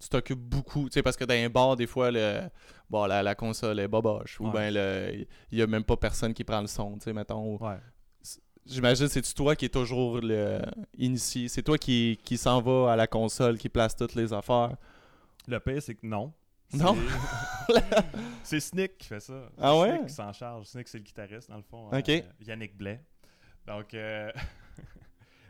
[SPEAKER 1] tu t'occupes beaucoup, tu sais, parce que dans un bar, des fois, le, bon, la, la console est boboche, ou
[SPEAKER 2] Ouais.
[SPEAKER 1] bien il n'y a même pas personne qui prend le son, tu sais, mettons.
[SPEAKER 2] Ouais.
[SPEAKER 1] J'imagine c'est toi qui est toujours le initié, c'est toi qui, qui s'en va à la console, qui place toutes les affaires.
[SPEAKER 2] Le pire, c'est que non.
[SPEAKER 1] Non?
[SPEAKER 2] C'est- *laughs* c'est Snick qui fait ça. C'est
[SPEAKER 1] Ah ouais?
[SPEAKER 2] Snick qui s'en charge. Snick, c'est le guitariste, dans le fond. hein, euh,
[SPEAKER 1] Ok.
[SPEAKER 2] Yannick Blais. Donc, euh, *laughs*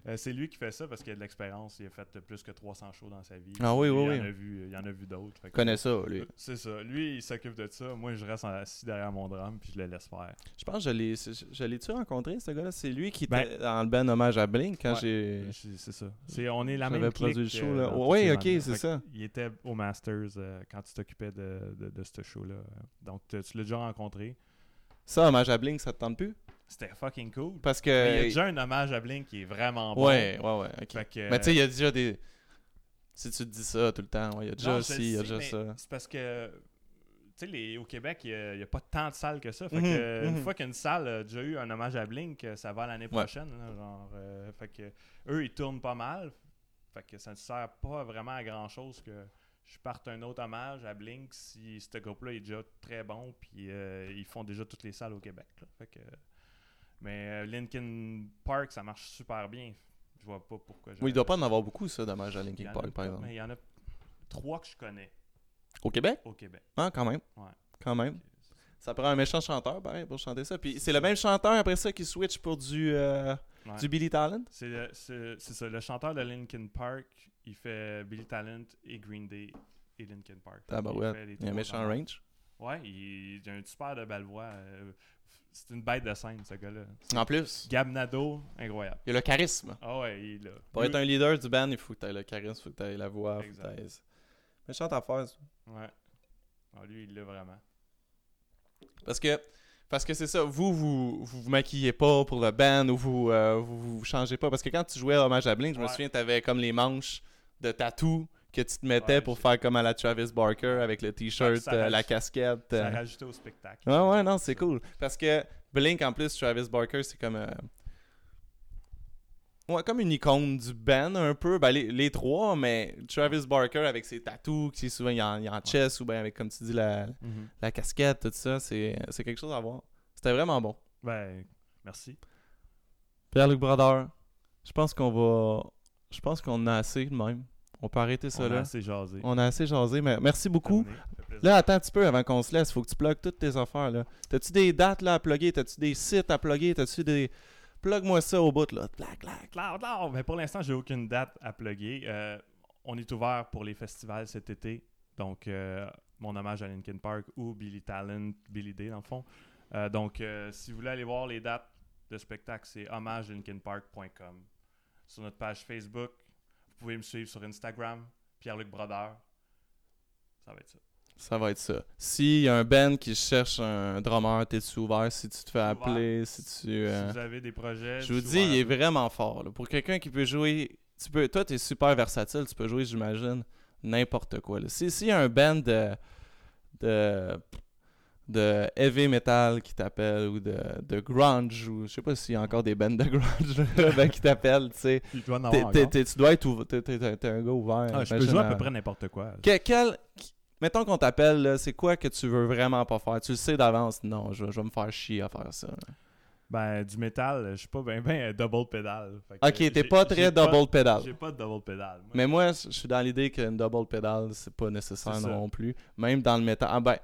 [SPEAKER 2] euh, c'est lui qui fait ça parce qu'il a de l'expérience. Il a fait plus que 300 shows dans sa vie.
[SPEAKER 1] Ah oui,
[SPEAKER 2] Lui,
[SPEAKER 1] oui,
[SPEAKER 2] Il
[SPEAKER 1] oui.
[SPEAKER 2] en a vu, euh, il en a vu d'autres. Fait
[SPEAKER 1] Je
[SPEAKER 2] que-
[SPEAKER 1] connais ça, lui.
[SPEAKER 2] C'est ça. Lui, il s'occupe de ça. Moi, je reste assis derrière mon drum puis je le laisse faire.
[SPEAKER 1] Je pense que je l'ai- je- je l'ai-tu rencontré, ce gars-là? C'est lui qui
[SPEAKER 2] Ben-
[SPEAKER 1] était dans le band Hommage à Blink quand
[SPEAKER 2] Ouais.
[SPEAKER 1] j'ai...
[SPEAKER 2] Ben, C'est c'est ça. C'est- on est la
[SPEAKER 1] J'avais
[SPEAKER 2] même
[SPEAKER 1] Euh, produit
[SPEAKER 2] clique. euh,
[SPEAKER 1] le show, là.
[SPEAKER 2] dans
[SPEAKER 1] Ouais,
[SPEAKER 2] tous ces
[SPEAKER 1] ok,
[SPEAKER 2] bandes-là.
[SPEAKER 1] c'est
[SPEAKER 2] Fait que
[SPEAKER 1] ça.
[SPEAKER 2] Il était au Masters euh, quand tu t'occupais de, de, de ce show-là. Donc, tu tu l'as déjà rencontré.
[SPEAKER 1] Ça, hommage à Blink, ça te tente plus?
[SPEAKER 2] C'était fucking cool.
[SPEAKER 1] Parce
[SPEAKER 2] Mais il y a
[SPEAKER 1] que.
[SPEAKER 2] déjà un hommage à Blink qui est vraiment bon.
[SPEAKER 1] Euh, ouais, ouais, ouais, ok.
[SPEAKER 2] Fait que- euh,
[SPEAKER 1] Mais tu sais, il y a déjà des. Si tu te dis ça tout le temps, ouais, il y a
[SPEAKER 2] Non,
[SPEAKER 1] déjà
[SPEAKER 2] je le
[SPEAKER 1] ci, il y a
[SPEAKER 2] sais,
[SPEAKER 1] déjà
[SPEAKER 2] mais
[SPEAKER 1] ça.
[SPEAKER 2] C'est parce que, tu sais, les- au Québec, il n'y a, pas tant de salles que ça. Fait
[SPEAKER 1] Mhm,
[SPEAKER 2] que,
[SPEAKER 1] mhm.
[SPEAKER 2] une fois qu'une salle a déjà eu un hommage à Blink, euh, ça va l'année prochaine. là, genre, euh, fait que, eux, ils tournent pas mal. Fait que ça ne sert pas vraiment à grand chose que je parte un autre hommage à Blink si ce groupe-là est déjà très bon. Puis euh, ils font déjà toutes les salles au Québec. là. Fait que, mais euh, Linkin Park, ça marche super bien. Je vois pas pourquoi.
[SPEAKER 1] Oui,
[SPEAKER 2] j'aurais-
[SPEAKER 1] il doit pas en avoir beaucoup, ça, d'hommage à
[SPEAKER 2] Il y
[SPEAKER 1] Linkin
[SPEAKER 2] en a
[SPEAKER 1] Park, par
[SPEAKER 2] pas,
[SPEAKER 1] exemple.
[SPEAKER 2] Mais il y en a trois que je connais
[SPEAKER 1] Au Québec
[SPEAKER 2] au Québec.
[SPEAKER 1] Hein, quand même.
[SPEAKER 2] Ouais.
[SPEAKER 1] Quand même. Ça prend un méchant chanteur, pareil, pour chanter ça. Puis c'est le même chanteur après ça qui switch pour du, euh,
[SPEAKER 2] Ouais.
[SPEAKER 1] du Billy Talent.
[SPEAKER 2] C'est le- c'est- c'est ça, le chanteur de Linkin Park, il fait Billy Talent et Green Day et Linkin Park.
[SPEAKER 1] Ah, bah ouais.
[SPEAKER 2] fait les
[SPEAKER 1] Il y a un
[SPEAKER 2] trois
[SPEAKER 1] méchant
[SPEAKER 2] ensemble.
[SPEAKER 1] range.
[SPEAKER 2] Ouais, il, il a une super de belle voix. euh, C'est une bête de scène, ce gars-là.
[SPEAKER 1] En plus,
[SPEAKER 2] Gab Nadeau, incroyable.
[SPEAKER 1] il y a le charisme.
[SPEAKER 2] Ah ouais, il est là.
[SPEAKER 1] Pour être un leader du band, il faut que tu aies le charisme, il faut que tu aies la voix, il faut que
[SPEAKER 2] Exact.
[SPEAKER 1] tu aies. Méchante affaire, ça.
[SPEAKER 2] Ouais. Ah, lui, il l'a vraiment.
[SPEAKER 1] Parce que parce que c'est ça, vous, vous vous vous maquillez pas pour le band ou vous, euh, vous vous changez pas. Parce que quand tu jouais à Hommage à Blink, je me
[SPEAKER 2] Ouais.
[SPEAKER 1] souviens, t'avais comme les manches de tatou que tu te mettais
[SPEAKER 2] Ouais,
[SPEAKER 1] pour
[SPEAKER 2] j'ai-
[SPEAKER 1] faire comme à la Travis Barker avec le t-shirt,
[SPEAKER 2] ça
[SPEAKER 1] euh,
[SPEAKER 2] rajoute-
[SPEAKER 1] la casquette.
[SPEAKER 2] Ça a
[SPEAKER 1] euh.
[SPEAKER 2] rajouté au spectacle.
[SPEAKER 1] Ah Ouais, ouais, non, c'est cool. Parce que Blink, en plus, Travis Barker, c'est comme. euh, Ouais, comme une icône du band, un peu. Ben, les, les trois, mais Travis Barker avec ses tatous, qui souvent il est en, il est en chest, ou bien avec, comme tu dis, la,
[SPEAKER 2] Mhm.
[SPEAKER 1] la casquette, tout ça, c'est c'est quelque chose à voir. C'était vraiment bon.
[SPEAKER 2] Ben, merci.
[SPEAKER 1] Pierre-Luc Brodeur, je pense qu'on va. Je pense qu'on a assez de même. On peut arrêter ça
[SPEAKER 2] On a
[SPEAKER 1] là.
[SPEAKER 2] assez jasé.
[SPEAKER 1] On a assez jasé, mais merci beaucoup.
[SPEAKER 2] Terminé. Ça fait plaisir.
[SPEAKER 1] Là, attends un petit peu avant qu'on se laisse. Faut que tu plugues toutes tes affaires là. T'as-tu des dates là à plugger T'as-tu des sites à plugger T'as-tu des. Plug-moi ça au bout là. Clac, clac.
[SPEAKER 2] Claude, Claude. Mais pour l'instant, j'ai aucune date à plugger. Euh, on est ouvert pour les festivals cet été. Donc, euh, mon hommage à Linkin Park ou Billy Talent, Billy Day, dans le fond. Euh, donc, euh, si vous voulez aller voir les dates de spectacle, c'est hommagelinkinpark.com. Sur notre page Facebook, vous pouvez me suivre sur Instagram, Pierre-Luc Brodeur. Ça va être ça.
[SPEAKER 1] Ça va être ça. S'il y a un band qui cherche un drummer, t'es-tu ouvert si tu te fais appeler, si tu... euh,
[SPEAKER 2] Si vous avez des projets.
[SPEAKER 1] Je vous
[SPEAKER 2] sous-
[SPEAKER 1] dis, il est vraiment fort. là. Pour quelqu'un qui peut jouer. Tu peux, toi, tu es super versatile, tu peux jouer, j'imagine, n'importe quoi. là. Si, s'il y a un band de, de, de heavy metal qui t'appelle ou de, de grunge, ou je sais pas s'il y a encore des bands de grunge là, *laughs* ben, qui t'appellent, tu sais.
[SPEAKER 2] Il doit en
[SPEAKER 1] T'es-
[SPEAKER 2] avoir
[SPEAKER 1] t'es-
[SPEAKER 2] encore.
[SPEAKER 1] t'es- Tu dois être ouvert. T'es, t'es- t'es un gars ouvert.
[SPEAKER 2] Ah, je peux
[SPEAKER 1] imagine,
[SPEAKER 2] jouer à
[SPEAKER 1] euh,
[SPEAKER 2] peu près n'importe quoi.
[SPEAKER 1] que- quel- qui- mettons qu'on t'appelle, là, c'est quoi que tu veux vraiment pas faire Tu le sais d'avance, non, je, je vais me faire chier à faire ça.
[SPEAKER 2] Ben, du métal, je suis pas ben, ben euh, double pédale. Fait que
[SPEAKER 1] Ok, t'es
[SPEAKER 2] j'ai-
[SPEAKER 1] pas
[SPEAKER 2] j'ai
[SPEAKER 1] très double pédale.
[SPEAKER 2] J'ai pas de double pédale. moi.
[SPEAKER 1] Mais moi, je je suis dans l'idée qu'une double pédale, c'est pas nécessaire
[SPEAKER 2] C'est ça.
[SPEAKER 1] non plus. Même dans le métal. Ah ben,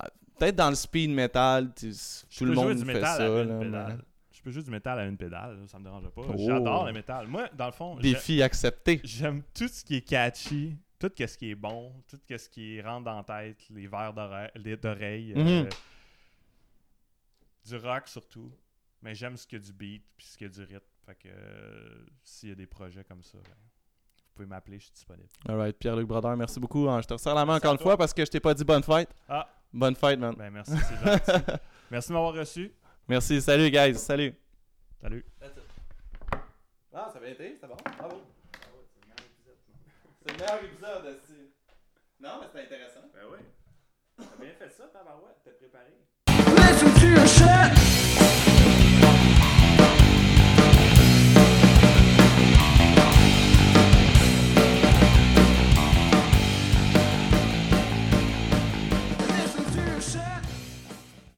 [SPEAKER 1] ah, peut-être dans le speed metal, tu-
[SPEAKER 2] Je
[SPEAKER 1] tout
[SPEAKER 2] peux
[SPEAKER 1] le
[SPEAKER 2] jouer
[SPEAKER 1] monde
[SPEAKER 2] du
[SPEAKER 1] fait
[SPEAKER 2] métal
[SPEAKER 1] ça.
[SPEAKER 2] à
[SPEAKER 1] là,
[SPEAKER 2] une
[SPEAKER 1] mais-
[SPEAKER 2] pédale. Je peux jouer du métal à une pédale, ça me dérange pas.
[SPEAKER 1] Oh.
[SPEAKER 2] J'adore le métal. Moi, dans le fond, j'ai-
[SPEAKER 1] Défi accepté.
[SPEAKER 2] j'aime tout ce qui est catchy, tout ce qui est bon, tout ce qui rentre dans la tête, les verres d'oreille- les- d'oreille, euh,
[SPEAKER 1] Mhm.
[SPEAKER 2] du rock surtout. Mais j'aime ce qu'il y a du beat puis ce qu'il y a du rythme. Fait que euh, s'il y a des projets comme ça, ben, vous pouvez m'appeler, je suis disponible.
[SPEAKER 1] Alright, Pierre-Luc Brodeur, merci beaucoup. Ah, Je te resserre la main
[SPEAKER 2] Merci
[SPEAKER 1] encore
[SPEAKER 2] à
[SPEAKER 1] une
[SPEAKER 2] toi.
[SPEAKER 1] fois parce que je t'ai pas dit bonne fête.
[SPEAKER 2] Ah.
[SPEAKER 1] Bonne fête, man.
[SPEAKER 2] Ben merci, c'est gentil. Merci de m'avoir reçu.
[SPEAKER 1] Merci, salut, guys. Salut.
[SPEAKER 2] Salut.
[SPEAKER 1] Ah, ça va été, c'est bon. Bravo. C'est le meilleur épisode aussi. Non, mais c'était intéressant.
[SPEAKER 2] Ben oui. T'as bien fait ça, Tabarouette, t'es préparé.
[SPEAKER 3] Listen to your shit.